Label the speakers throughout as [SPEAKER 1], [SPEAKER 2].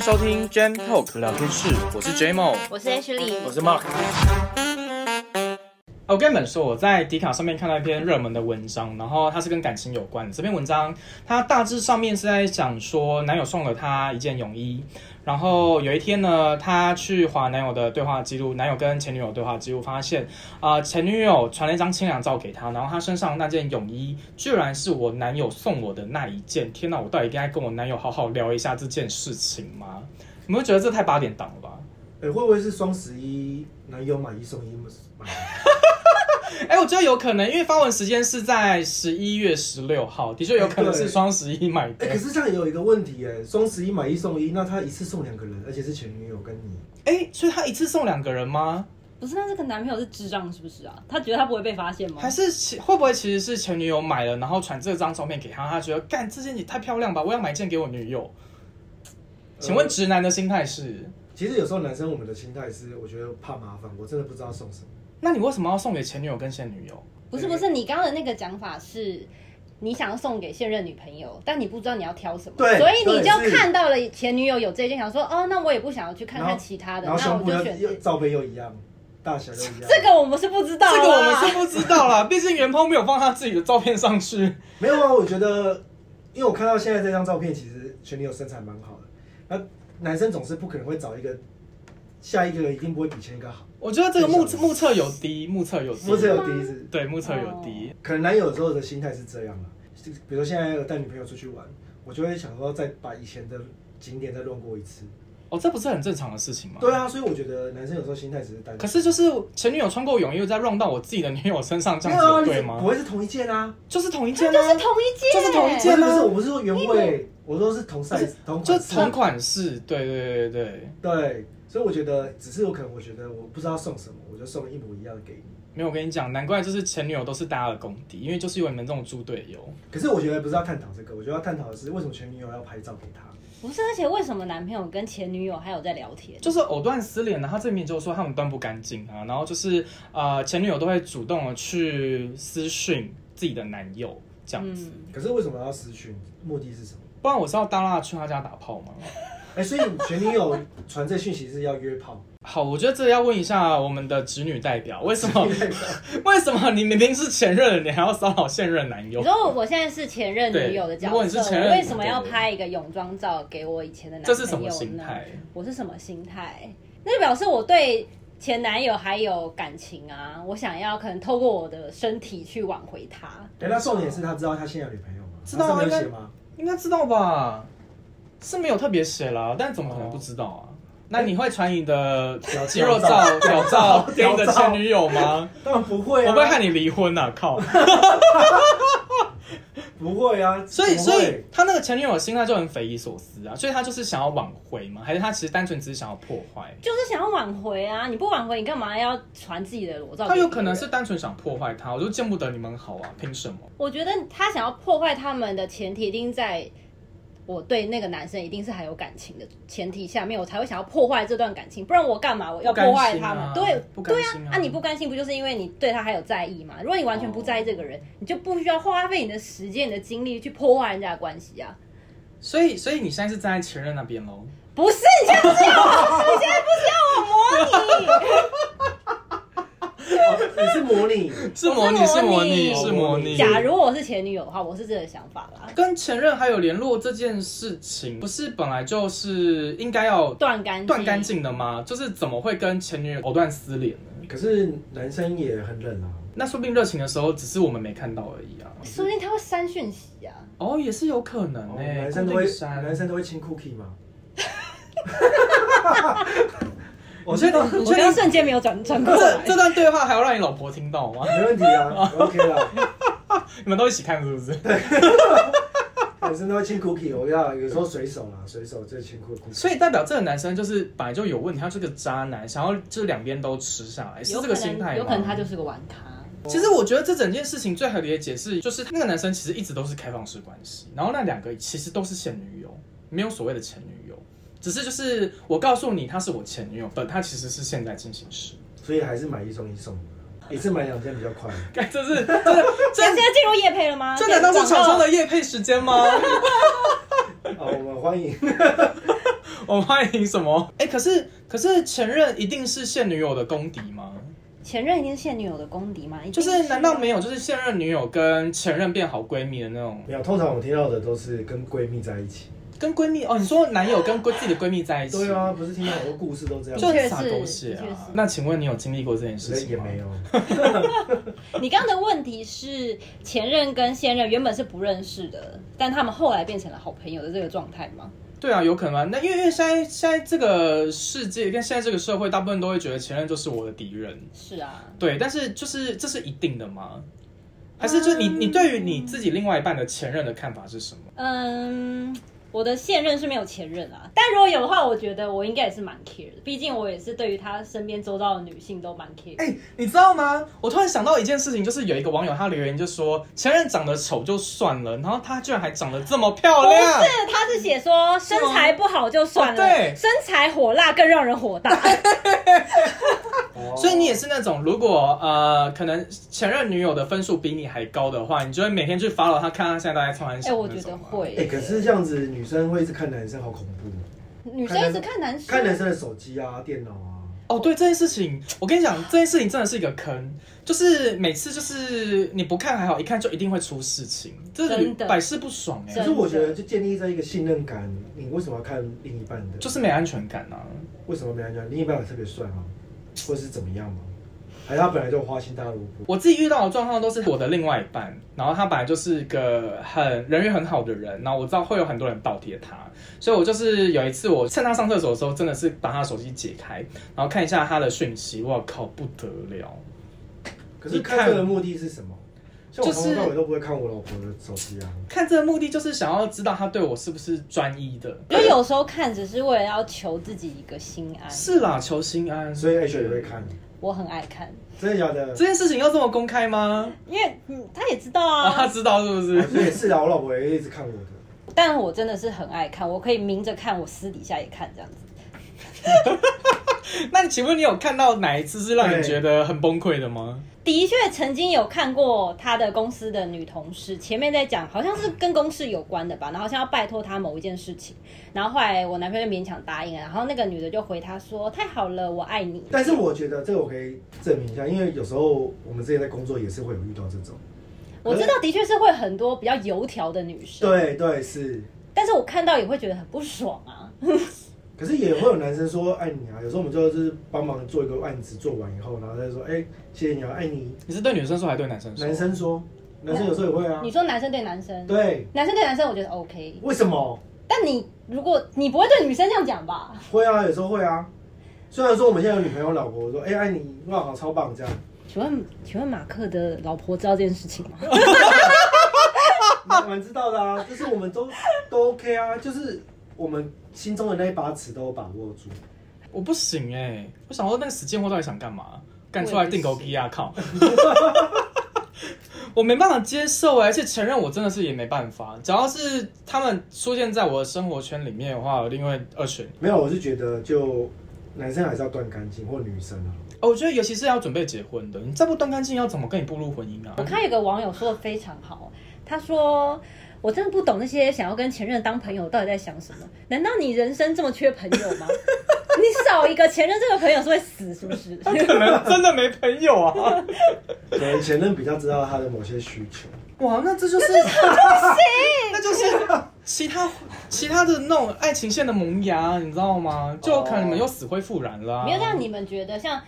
[SPEAKER 1] 收听 Jam Talk 聊天室，我是 JMO，
[SPEAKER 2] 我是 H
[SPEAKER 1] 我
[SPEAKER 2] y
[SPEAKER 1] 是 Mark。啊我跟你们说，我在迪卡上面看到一篇热门的文章，然后它是跟感情有关的。这篇文章它大致上面是在讲说，男友送了她一件泳衣，然后有一天呢，她去划男友的对话记录，男友跟前女友对话记录，发现啊、呃前女友传了一张清凉照给他，然后他身上那件泳衣居然是我男友送我的那一件。天哪，我到底该跟我男友好好聊一下这件事情吗？你们会觉得这太八点档了吧？
[SPEAKER 3] 哎、会不会是双十一男友买一送一嘛？买
[SPEAKER 1] 哎、我觉得有可能，因为发文时间是在十一月十六号，的确有可能是双十一买的
[SPEAKER 3] 哎、。可是这样也有一个问题哎、双十一买一送一，那他一次送两个人，而且是前女友跟你，
[SPEAKER 1] 哎、所以他一次送两个人吗？
[SPEAKER 4] 不是，那这个男朋友是智障是不是啊？他觉得他不会被发现吗
[SPEAKER 1] 还？是其会不会其实是前女友买了，然后传这张照片给他，他觉得干这件也太漂亮吧，我要买一件给我女友。请
[SPEAKER 3] 呃
[SPEAKER 1] 问直男的心态是？
[SPEAKER 3] 其实有时候男生我们的心态是，我觉得怕麻烦，我真的不知道送什么。
[SPEAKER 1] 那你为什么要送给前女友跟现女友？
[SPEAKER 4] 不是不是，你刚刚的那个讲法是，你想要送给现任女朋友，但你不知道你要挑什么，
[SPEAKER 3] 对
[SPEAKER 4] 所以你
[SPEAKER 3] 对
[SPEAKER 4] 就是看到了前女友有这件，想说哦，那我也不想要去看
[SPEAKER 3] 然
[SPEAKER 4] 看
[SPEAKER 3] 后
[SPEAKER 4] 其他的，
[SPEAKER 3] 然后
[SPEAKER 4] 那
[SPEAKER 3] 胸
[SPEAKER 4] 我
[SPEAKER 3] 部
[SPEAKER 4] 就
[SPEAKER 3] 又
[SPEAKER 4] 选
[SPEAKER 3] 又罩杯又一样，大小又一样。
[SPEAKER 4] 这个我们是不知道啦，啊
[SPEAKER 1] 这个我们是不知道啦，毕竟元抛没有放他自己的照片上去。
[SPEAKER 3] 没有啊，我觉得，因为我看到现在这张照片，其实前女友身材蛮好的。那男生总是不可能会找一个下一个一定不会比前一个好，
[SPEAKER 1] 我觉得这个目
[SPEAKER 3] 这个
[SPEAKER 1] 目测有低，目测有低，
[SPEAKER 3] 目测有第一次。
[SPEAKER 1] 对目测有低。
[SPEAKER 3] 可能男友有时候的心态是这样啦，就比如说现在有带女朋友出去玩，我就会想说再把以前的景点再乱过一次。
[SPEAKER 1] 哦，这不是很正常的事情吗？
[SPEAKER 3] 对啊，所以我觉得男生有时候心态只是单纯。
[SPEAKER 1] 可是就是前女友穿过泳衣，又再 run 到我自己的女友身上，这
[SPEAKER 3] 没
[SPEAKER 1] 样
[SPEAKER 3] 有啊，
[SPEAKER 1] 子
[SPEAKER 3] 你
[SPEAKER 1] 对
[SPEAKER 3] 是
[SPEAKER 1] 吗
[SPEAKER 3] 不？会是同一件啊？
[SPEAKER 1] 就是同一
[SPEAKER 4] 这
[SPEAKER 1] 件
[SPEAKER 4] 就是
[SPEAKER 1] 啊，
[SPEAKER 4] 同一件，
[SPEAKER 1] 就是同一
[SPEAKER 3] 不
[SPEAKER 1] 件
[SPEAKER 3] 是
[SPEAKER 1] 啊
[SPEAKER 3] 不是，我不是说原味，我说是同 size 同
[SPEAKER 1] 就
[SPEAKER 3] 款
[SPEAKER 1] 是
[SPEAKER 3] 式
[SPEAKER 1] 同款式，对对对对对，
[SPEAKER 3] 对，所以我觉得只是有可能，我觉得我不知道送什么，我就送一模一样的给你。
[SPEAKER 1] 没有我跟你讲，难怪就是前女友都是大家的公敌，因为就是有你们这种猪队友。
[SPEAKER 3] 可是我觉得不是要探讨这个，我觉得要探讨的是为什么前女友要拍照给他。
[SPEAKER 4] 不是，而且为什么男朋友跟前女友还有在聊天？
[SPEAKER 1] 就是藕断丝连的，他这面就说他们断不干净啊，然后就是呃前女友都会主动的去私讯自己的男友这样子，
[SPEAKER 4] 嗯，
[SPEAKER 3] 可是为什么要私讯？目的是什么？
[SPEAKER 1] 不然我是要大辣去他家打炮吗？
[SPEAKER 3] 哎、所以你前女友传这讯息是要约炮？
[SPEAKER 1] 好，我觉得这要问一下我们的侄女代表，为 什么 为什么你明明是前任，你还要骚扰现任男友
[SPEAKER 4] 你？说我现在是前任女友的角
[SPEAKER 1] 对如
[SPEAKER 4] 色，
[SPEAKER 1] 果你是前任
[SPEAKER 4] 我为什么要拍一个泳装照给我以前的男朋
[SPEAKER 1] 这
[SPEAKER 4] 友呢？
[SPEAKER 1] 是什么心态？
[SPEAKER 4] 我是什么心态？那就表示我对前男友还有感情啊，我想要可能透过我的身体去挽回他。
[SPEAKER 3] 哎、那重点是他知道他现在有女朋友吗？
[SPEAKER 1] 知道啊
[SPEAKER 3] 他上面有写吗？
[SPEAKER 1] 应该知道吧？是没有特别写啦，但怎么可能不知道啊？那你会传你的
[SPEAKER 3] 屌
[SPEAKER 1] 肌肉照、哎屌 照给你的前女友吗？
[SPEAKER 3] 当然不
[SPEAKER 1] 我
[SPEAKER 3] 会啊，
[SPEAKER 1] 不会害你离婚啊！靠！
[SPEAKER 3] 不会啊。
[SPEAKER 1] 所以，
[SPEAKER 3] 怎么
[SPEAKER 1] 所
[SPEAKER 3] 会
[SPEAKER 1] 以他那个前女友的心态就很匪夷所思啊！所以他就是想要挽回吗？还是他其实单纯只是想要破坏？
[SPEAKER 4] 就是想要挽回啊！你不挽回，你干嘛要传自己的裸照给别
[SPEAKER 1] 他
[SPEAKER 4] 人？
[SPEAKER 1] 有可能是单纯想破坏他，我就见不得你们好啊！凭什么？
[SPEAKER 4] 我觉得他想要破坏他们的前提，一定在我对那个男生一定是还有感情的前提下面，我才会想要破坏这段感情，不然我干嘛我要破坏他们？
[SPEAKER 1] 不甘心啊
[SPEAKER 4] 对，
[SPEAKER 1] 不甘
[SPEAKER 4] 对
[SPEAKER 1] 心啊
[SPEAKER 4] 啊，啊你不甘心不就是因为你对他还有在意嘛？如果你完全不在意这个人，你就不需要花费你的时间、你的精力去破坏人家的关系啊。
[SPEAKER 1] 所以，所以你现在是站在前任那边喽？
[SPEAKER 4] 不是，你现在不是要我，你现在不是要我模拟。
[SPEAKER 3] 哦你是模拟，
[SPEAKER 1] 哦是模
[SPEAKER 4] 我
[SPEAKER 1] 拟，是
[SPEAKER 4] 是
[SPEAKER 1] 模
[SPEAKER 4] 模
[SPEAKER 1] 拟，
[SPEAKER 4] 拟
[SPEAKER 1] 是模拟。
[SPEAKER 4] 假如我是前女友的话，我是这个想法啦，
[SPEAKER 1] 跟前任还有联络这件事情，不是本来就是应该要
[SPEAKER 4] 断干净
[SPEAKER 1] 断干。净的吗？就是怎么会跟前女友藕断丝连呢？
[SPEAKER 3] 可是男生也很冷啊。
[SPEAKER 1] 那说不定热情的时候，只是我们没看到而已啊。
[SPEAKER 4] 说不定他会删讯息啊。
[SPEAKER 1] 哦，也是有可能欸呢、
[SPEAKER 3] 哦男生都
[SPEAKER 1] 固
[SPEAKER 3] 会
[SPEAKER 1] 定，删
[SPEAKER 3] 男生都会亲 cookie 吗？
[SPEAKER 1] 我觉得
[SPEAKER 3] 啊
[SPEAKER 1] 你
[SPEAKER 4] 我
[SPEAKER 1] 确定
[SPEAKER 4] 刚刚瞬间没有转转过
[SPEAKER 1] 这
[SPEAKER 4] 来。
[SPEAKER 1] 这段对话还要让你老婆听到吗？
[SPEAKER 3] 没问题啊，OK 啦。
[SPEAKER 1] 你们都一起看是不是？
[SPEAKER 3] 男生都会亲 cookie，我要有时候随手啦，随手最亲 cookie。
[SPEAKER 1] 所以代表这个男生就是本来就有问题，他是个渣男，想要这两边都吃下来，是
[SPEAKER 4] 有
[SPEAKER 1] 这
[SPEAKER 4] 可
[SPEAKER 1] 个
[SPEAKER 4] 能
[SPEAKER 1] 心态吗
[SPEAKER 4] 有可能他就是个玩咖。
[SPEAKER 1] 其实我觉得这整件事情最合理的解释就是，那个男生其实一直都是开放式关系，然后那两个其实都是现女友，没有所谓的前女友，只是就是我告诉你她是我前女友，但她其实是现在进行时。
[SPEAKER 3] 所以还是买一送一送的，一次买两件比较快。
[SPEAKER 1] 干，这是这是
[SPEAKER 4] 这现在进入夜配了吗？
[SPEAKER 1] 这难道是厂商的夜配时间吗？
[SPEAKER 3] 哦，我们欢迎。
[SPEAKER 1] 我欢迎什么？ 哎、可是可是前任一定是现女友的公敌吗？
[SPEAKER 4] 前任一定是现女友的公敌嘛？一定
[SPEAKER 1] 就是难道没有就是现任女友跟前任变好闺蜜的那种？
[SPEAKER 3] 没有，通常我听到的都是跟闺蜜在一起。
[SPEAKER 1] 跟闺蜜哦，你说男友跟闺自己的闺蜜在一起？
[SPEAKER 3] 对啊，不是听到很多故事都这样
[SPEAKER 1] 就
[SPEAKER 3] 吗，
[SPEAKER 1] 很傻狗血
[SPEAKER 4] 的确是
[SPEAKER 1] 啊！那请问你有经历过这件事
[SPEAKER 3] 人
[SPEAKER 1] 情
[SPEAKER 3] 也
[SPEAKER 1] 吗？
[SPEAKER 3] 没有。
[SPEAKER 4] 你刚刚的问题是前任跟现任原本是不认识的，但他们后来变成了好朋友的这个状态吗？
[SPEAKER 1] 对啊，有可能啊。那因为因为现在现在这个世界跟现在这个社会，大部分都会觉得前任就是我的敌人。
[SPEAKER 4] 是啊，
[SPEAKER 1] 对，但是就是这是一定的吗？还是
[SPEAKER 4] 啊
[SPEAKER 1] 就是你你对于你自己另外一半的前任的看法是什么？
[SPEAKER 4] 嗯，我的现任是没有前任啊，但如果有的话，我觉得我应该也是蛮 care 的，毕竟我也是对于他身边周遭的女性都蛮 care。
[SPEAKER 1] 哎、你知道吗？我突然想到一件事情，就是有一个网友他留言就说，前任长得丑就算了，然后他居然还长得这么漂
[SPEAKER 4] 不
[SPEAKER 1] 亮。
[SPEAKER 4] 是，他是写说身材不好就算了，
[SPEAKER 1] 啊哦对
[SPEAKER 4] 身材火辣更让人火 大。
[SPEAKER 3] 哦
[SPEAKER 1] 所以你也是那种，如果呃，可能前任女友的分数比你还高的话，你就会每天去 follow 她，看她现在大概穿什
[SPEAKER 4] 哎，
[SPEAKER 1] 么
[SPEAKER 4] 我
[SPEAKER 1] 那
[SPEAKER 4] 觉
[SPEAKER 1] 种
[SPEAKER 4] 得
[SPEAKER 1] 吗。
[SPEAKER 4] 会
[SPEAKER 3] 哎、可是这样子，女生会一直看男生，好恐怖。
[SPEAKER 4] 女生一直看男生，
[SPEAKER 3] 看男生的手机啊、电脑啊，
[SPEAKER 1] 哦，对这件事情，我跟你讲，这件事情真的是一个坑，就是每次就是你不看还好，一看就一定会出事情，这
[SPEAKER 4] 真的
[SPEAKER 1] 百试不爽哎、
[SPEAKER 4] 真
[SPEAKER 3] 可
[SPEAKER 4] 的
[SPEAKER 3] 是我觉得就建立在一个信任感，你为什么要看另一半的？
[SPEAKER 1] 就是没安全感啊。
[SPEAKER 3] 为什么没人讲另一半有特别帅吗？或是怎么样吗？还是他本来就花心大萝卜？
[SPEAKER 1] 我自己遇到的状况都是我的另外一半，然后他本来就是个很人缘很好的人，然后我知道会有很多人倒贴他，所以我就是有一次我趁他上厕所的时候，真的是把他的手机解开，然后看一下他的讯息，我靠，不得了！
[SPEAKER 3] 可是
[SPEAKER 1] 你
[SPEAKER 3] 看
[SPEAKER 1] 看
[SPEAKER 3] 这个的目的是什么？像我
[SPEAKER 1] 就
[SPEAKER 3] 从
[SPEAKER 1] 是
[SPEAKER 3] 头到尾都不会看我老婆的手机啊。
[SPEAKER 1] 看这个目的就是想要知道他对我是不是专一的，
[SPEAKER 4] 我觉得有时候看只是为了要求自己一个心安。
[SPEAKER 1] 是啦，求心安。
[SPEAKER 3] 所以 H 也会看，
[SPEAKER 4] 我很爱看，
[SPEAKER 3] 真的假的？
[SPEAKER 1] 这件事情要这么公开吗？
[SPEAKER 4] 因为嗯，他也知道
[SPEAKER 1] 啊，他
[SPEAKER 4] 啊，
[SPEAKER 1] 知道是不
[SPEAKER 3] 啊所
[SPEAKER 1] 是？
[SPEAKER 3] 以是啊，我老婆也一直看我的。
[SPEAKER 4] 但我真的是很爱看，我可以明着看，我私底下也看这样子。
[SPEAKER 1] 那请问你有看到哪一次是让你觉得很崩溃的吗？
[SPEAKER 4] 的确曾经有看过他的公司的女同事，前面在讲好像是跟公事有关的吧，然后像要拜托他某一件事情，然后后来我男朋友就勉强答应了，然后那个女的就回他说：“太好了，我爱你。”
[SPEAKER 3] 但是我觉得这个我可以证明一下，因为有时候我们之前在工作也是会有遇到这种。
[SPEAKER 4] 我知道的确是会很多比较油条的女生，，
[SPEAKER 3] 对对是，
[SPEAKER 4] 但是我看到也会觉得很不爽啊。
[SPEAKER 3] 可是也会有男生说爱你啊。有时候我们就是帮忙做一个案子，做完以后，然后再说哎、谢谢你啊，爱你。
[SPEAKER 1] 你是对女生说还是对男生说？
[SPEAKER 3] 男生说，男生有时候也会啊
[SPEAKER 4] 你。说男生对男生，
[SPEAKER 3] 对，
[SPEAKER 4] 男生对男生我觉得 OK，
[SPEAKER 3] 为什么
[SPEAKER 4] 但你如果你不会对女生这样讲吧？
[SPEAKER 3] 会啊？有时候会啊。虽然说我们现在有女朋友、老婆，我说哎、爱你，哇，好超棒这样。
[SPEAKER 4] 请问，请问马克的老婆知道这件事情吗？
[SPEAKER 3] 蛮知道的啊，就是我们都都 OK 啊，就是我们心中的那一把尺都有把握住。
[SPEAKER 1] 我不行哎、我想说那个死贱货到底想干嘛？干出来订狗屁啊！靠！ 我没办法接受哎、而且前任我真的是也没办法，只要是他们出现在我的生活圈里面的话，我另外二选
[SPEAKER 3] 没有，我是觉得就男生还是要断干净，或女生啊，
[SPEAKER 1] 哦，我觉得尤其是要准备结婚的，你再不断干净，要怎么跟你步入婚姻啊？
[SPEAKER 4] 我看有个网友说的非常好，他说：“我真的不懂那些想要跟前任当朋友到底在想什么？难道你人生这么缺朋友 吗？你少一个前任这个朋友是会死是不 是？”
[SPEAKER 1] 可能真的没朋友啊！
[SPEAKER 3] 可能前任比较知道他的某些需求。
[SPEAKER 1] 哇，那这就是， 那就是其他其他的那种爱情线的萌芽，你知道吗？就有可能你们又死灰复燃了、啊。
[SPEAKER 4] 没有让你们觉得像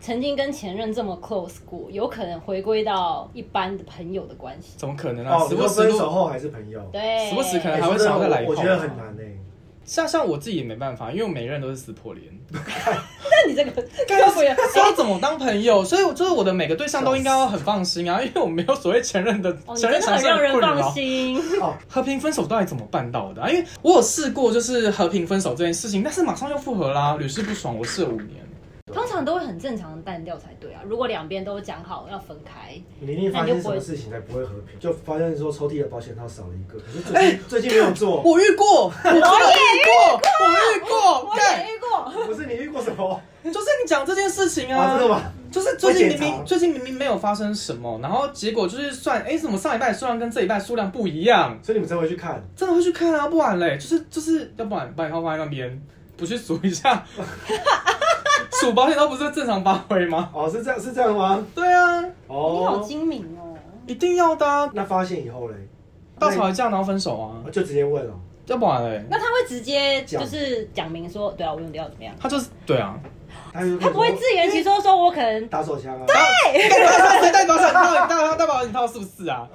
[SPEAKER 4] 曾经跟前任这么 close 过，有可能回归到一般的朋友的关系。
[SPEAKER 1] 怎么可能啊？
[SPEAKER 3] 哦，
[SPEAKER 1] 时
[SPEAKER 3] 你
[SPEAKER 1] 不
[SPEAKER 3] 说
[SPEAKER 1] 时
[SPEAKER 3] 分
[SPEAKER 1] 录
[SPEAKER 3] 手后还是朋友？
[SPEAKER 4] 对，
[SPEAKER 1] 时不时可能
[SPEAKER 3] 哎
[SPEAKER 1] 啊还会
[SPEAKER 3] 说真的
[SPEAKER 1] 想要再来一
[SPEAKER 3] 我我觉
[SPEAKER 1] 炮
[SPEAKER 3] 得
[SPEAKER 1] 啊
[SPEAKER 3] 很难欸诶、
[SPEAKER 1] 像像我自己也没办法，因为我每个人都是撕破脸，
[SPEAKER 4] 那你这个客服也
[SPEAKER 1] 知道怎么当朋友，所以我就是我的每个对象都应该要很放心啊， 因为我没有所谓前任的
[SPEAKER 4] 哦，你
[SPEAKER 1] 前
[SPEAKER 4] 真
[SPEAKER 1] 任
[SPEAKER 4] 的
[SPEAKER 1] 常
[SPEAKER 4] 很
[SPEAKER 1] 是
[SPEAKER 4] 让人
[SPEAKER 1] 困
[SPEAKER 4] 放
[SPEAKER 1] 扰。
[SPEAKER 4] 心。
[SPEAKER 3] 哦，
[SPEAKER 1] 和平分手到底怎么办到的、啊？因为我有试过就是和平分手这件事情，但是马上就复合啦，屡试不爽，我试了五年。
[SPEAKER 4] 通常都会很正常的淡掉才对啊。如果两边都讲好要分开，
[SPEAKER 3] 你一定发
[SPEAKER 4] 那你
[SPEAKER 3] 现
[SPEAKER 4] 就
[SPEAKER 3] 什
[SPEAKER 4] 不会
[SPEAKER 3] 么事情才不会和平？就发现说抽屉的保险套少了一个，可是最近、
[SPEAKER 1] 哎
[SPEAKER 3] 最近没有 做，
[SPEAKER 1] 我遇过，我真的遇 过，我遇过，
[SPEAKER 4] 我
[SPEAKER 1] 干，
[SPEAKER 4] 也遇过。
[SPEAKER 3] 不是你遇过什么？
[SPEAKER 1] 就是你讲这件事情
[SPEAKER 3] 啊，
[SPEAKER 1] 啊，
[SPEAKER 3] 真的吗？
[SPEAKER 1] 就是最近明
[SPEAKER 3] 会检
[SPEAKER 1] 明
[SPEAKER 3] 查
[SPEAKER 1] 最近明明没有发生什么，然后结果就是算，哎、怎么上一拜数量跟这一拜数量不一样？
[SPEAKER 3] 所以你们才会去看。
[SPEAKER 1] 真的会去看啊，不然嘞，就是就是要不然把你放放在那边，不去数一下， 数保险都不是正常发挥吗？
[SPEAKER 3] 哦，是这样是这样吗？
[SPEAKER 1] 对啊，
[SPEAKER 4] 你好
[SPEAKER 3] 哦，
[SPEAKER 4] 精明哦。
[SPEAKER 1] 一定要的、啊，
[SPEAKER 3] 那发现以后嘞，
[SPEAKER 1] 大吵一架然后分手啊
[SPEAKER 3] 哦，就直接问哦。
[SPEAKER 1] 要不然嘞，
[SPEAKER 4] 那他会直接
[SPEAKER 3] 讲
[SPEAKER 4] 就是讲明说，对啊，我用掉怎么样？
[SPEAKER 1] 他就是对啊，
[SPEAKER 3] 他就
[SPEAKER 4] 他不会自圆其说，说我可能，
[SPEAKER 3] 打手枪啊？
[SPEAKER 1] 戴保险套，戴戴保险套是不是啊？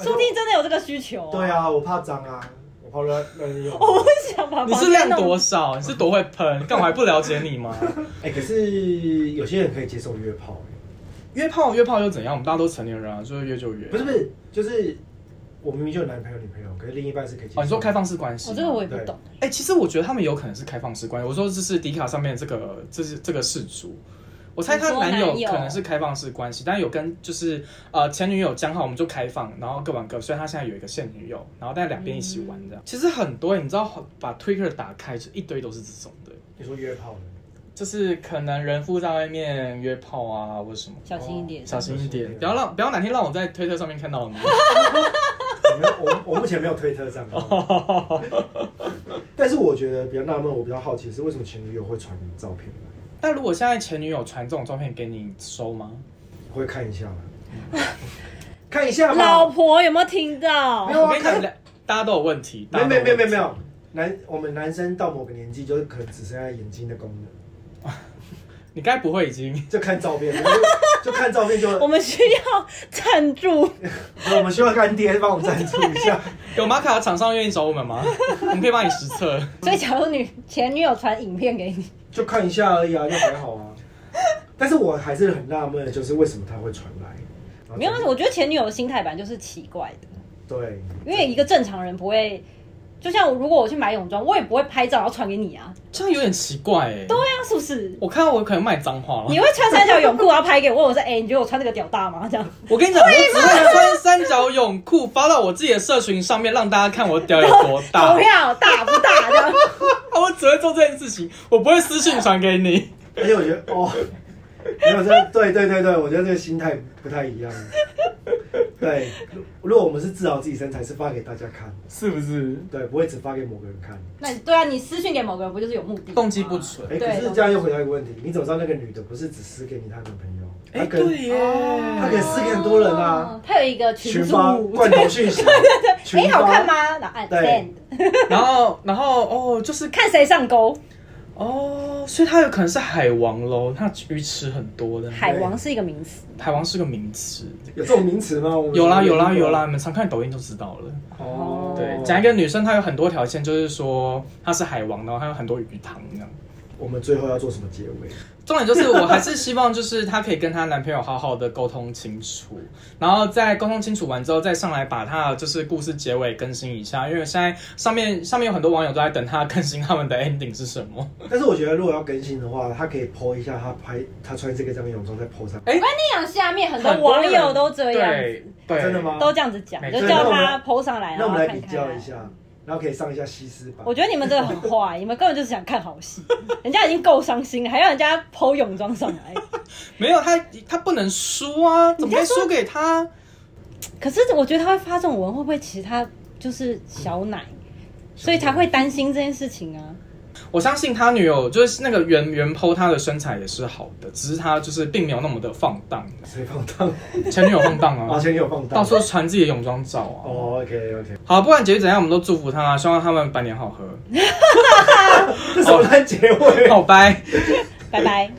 [SPEAKER 4] 说不定真的有这个需求、哦
[SPEAKER 3] 对，啊，我怕脏啊，我怕乱乱用。
[SPEAKER 4] 我不想把
[SPEAKER 1] 你
[SPEAKER 4] 房
[SPEAKER 1] 是
[SPEAKER 4] 间
[SPEAKER 1] 量
[SPEAKER 4] 弄
[SPEAKER 1] 多
[SPEAKER 3] 哦
[SPEAKER 1] 少？你是多会喷？干嘛还不了解 你吗？
[SPEAKER 3] 哎、可是有些人可以接受约炮、欸，
[SPEAKER 1] 约炮约炮又怎样？我们大家都成年人啊，就是约就约。
[SPEAKER 3] 不是不是，就是我明明就有男朋友女朋友，可是另一半是可以接受。
[SPEAKER 1] 哦，你说开？放式关系？
[SPEAKER 4] 我这个我也不懂。
[SPEAKER 1] 哎、其实我觉得他们有可能是开放式关系。我说这是迪卡上面这个，这是这个氏族。我猜她
[SPEAKER 4] 你说
[SPEAKER 1] 男友
[SPEAKER 4] 男友
[SPEAKER 1] 可能是开放式关系，但有跟就是呃前女友讲好，我们就开放，然后各玩各。虽然他现在有一个现女友，然后但两边一起玩这样。其实很多，你知道，把 Twitter 打开，就一堆都是这种的，
[SPEAKER 3] 你说约炮的，
[SPEAKER 1] 就是可能人夫在外面约炮啊，或者什么。
[SPEAKER 4] 小心一点，
[SPEAKER 1] 哦小心一点，不要让不要哪天让我在推特上面看到你。
[SPEAKER 3] 我没有，我 我目前没有推特 账号，但是我觉得比较纳闷，我比较好奇是为什么前女友会传照 片来，
[SPEAKER 1] 但如果现在前女友传这种照片给你，你收吗？
[SPEAKER 3] 我会看一下吗？看一下吧。
[SPEAKER 4] 老婆有没有听到
[SPEAKER 3] 没？有
[SPEAKER 1] 我
[SPEAKER 3] 啊
[SPEAKER 1] 跟你讲
[SPEAKER 3] 看
[SPEAKER 1] 两大家都有问题。
[SPEAKER 3] 没有没有没有没有没
[SPEAKER 1] 有。
[SPEAKER 3] 有，男我们男生到某个年纪，就是可能只剩下眼睛的功能，
[SPEAKER 1] 你该不会已 经
[SPEAKER 3] 就看照片，就就看照片就。
[SPEAKER 4] 我们需要赞助，
[SPEAKER 3] 我们需要干爹帮我们赞助一下。
[SPEAKER 1] 有玛卡厂商愿意找我们 吗？我们可以帮你实测。
[SPEAKER 4] 所以假如女前女友传影片给你，
[SPEAKER 3] 就看一下而已啊，就还好啊。 但是我还是很纳闷，的就是为什么他会传来？然后
[SPEAKER 4] 没有啊
[SPEAKER 3] 再，
[SPEAKER 4] 我觉得前女友的心态本来就是奇怪的，
[SPEAKER 3] 对，
[SPEAKER 4] 因为一个正常人不会，就像我如果我去买泳装，我也不会拍照然后传给你啊，
[SPEAKER 1] 这样有点奇怪哎、
[SPEAKER 4] 对啊，是不是？
[SPEAKER 1] 我看到我可能骂你脏话了
[SPEAKER 4] 你。会穿三角泳裤然后拍给我，我说哎、你觉得我穿这个屌大吗？这样
[SPEAKER 1] 我跟你讲，我只会穿三角泳裤发到我自己的社群上面，让大家看 我屌有多大
[SPEAKER 4] 投。票大不大？这样
[SPEAKER 1] 我只会做这件事情，我不会私信传给你。
[SPEAKER 3] 而且我觉得哦，没有，这对对对对，我觉得这个心态不太一样。对，如如果我们是自豪自己身材，是发给大家看，
[SPEAKER 1] 是不是？
[SPEAKER 3] 对，不会只发给某个人看。
[SPEAKER 4] 那你对啊，你私讯给某个人不就是有目的吗？
[SPEAKER 1] 动机不纯。
[SPEAKER 3] 哎、
[SPEAKER 4] 对
[SPEAKER 3] 可是这样又回到一个问题，你怎么知道那个女的不是只私给你她男朋友？
[SPEAKER 1] 哎、
[SPEAKER 3] 她跟
[SPEAKER 1] 对耶，
[SPEAKER 3] 他可以私给很多人啊
[SPEAKER 4] 哦，他有一个
[SPEAKER 3] 群
[SPEAKER 4] 群组，
[SPEAKER 3] 发罐头讯 息，群
[SPEAKER 4] 哎，
[SPEAKER 3] 发
[SPEAKER 4] 好看？吗？然后按
[SPEAKER 3] 对
[SPEAKER 4] send，
[SPEAKER 1] 然后，然后哦，就是
[SPEAKER 4] 看谁上钩。
[SPEAKER 1] 哦，所以他有可能是海王喽，他鱼池很多的。
[SPEAKER 4] 海王是一个名词，
[SPEAKER 1] 海王是个名词，
[SPEAKER 3] 有这种名词吗？我们
[SPEAKER 1] 有啦有啦有啦，。你们常看抖音就知道了。
[SPEAKER 3] 哦，
[SPEAKER 1] 对，讲一个女生，她有很多条线，就是说她是海王，然后她有很多鱼塘这样。
[SPEAKER 3] 我们最后要做什么结尾？
[SPEAKER 1] 重点就是，我还是希望就是她可以跟她男朋友好好的沟通清楚，然后在沟通清楚完之后，再上来把她的就是故事结尾更新一下，因为现在上面上面有很多网友都在等她更新他们的 ending 是什么。
[SPEAKER 3] 但是我觉得，如果要更新的话，他可以 PO 一下他拍他穿这个这样的泳装再 PO
[SPEAKER 4] 哎
[SPEAKER 3] 上。
[SPEAKER 4] 那样下面很多网友都这样，
[SPEAKER 1] 对对，
[SPEAKER 3] 真的吗？
[SPEAKER 4] 都这样子讲，
[SPEAKER 1] 没
[SPEAKER 4] 就
[SPEAKER 1] 错
[SPEAKER 4] 叫他 PO 上来，
[SPEAKER 3] 那
[SPEAKER 4] 然
[SPEAKER 3] 我们
[SPEAKER 4] 后
[SPEAKER 3] 来
[SPEAKER 4] 看
[SPEAKER 3] 比
[SPEAKER 4] 看啊
[SPEAKER 3] 较一。下，然后可以上一下西施版
[SPEAKER 4] 我。觉得你们真的很坏，你 们根本就是想看好戏，人家已经够伤心了，还让人家 PO 泳装上来。
[SPEAKER 1] 没有她，她不能输啊，怎么可以输给她？
[SPEAKER 4] 可是我觉得他会发这种文，会不会其实他就是小奶，所以才会担心这件事情啊？
[SPEAKER 1] 我相信他女友就是那个原原 PO 她的身材也是好的，只是她就是并没有那么的放荡，
[SPEAKER 3] 谁放荡？
[SPEAKER 1] 前女友放荡啊
[SPEAKER 3] 哦，，前女友放荡。
[SPEAKER 1] 到处传自己的泳装照啊。
[SPEAKER 3] 哦，OK OK，
[SPEAKER 1] 好，不管结局怎样，我们都祝福她，希望他们百年好合。
[SPEAKER 3] 这什么烂结尾？
[SPEAKER 1] 好，拜。
[SPEAKER 4] 拜拜。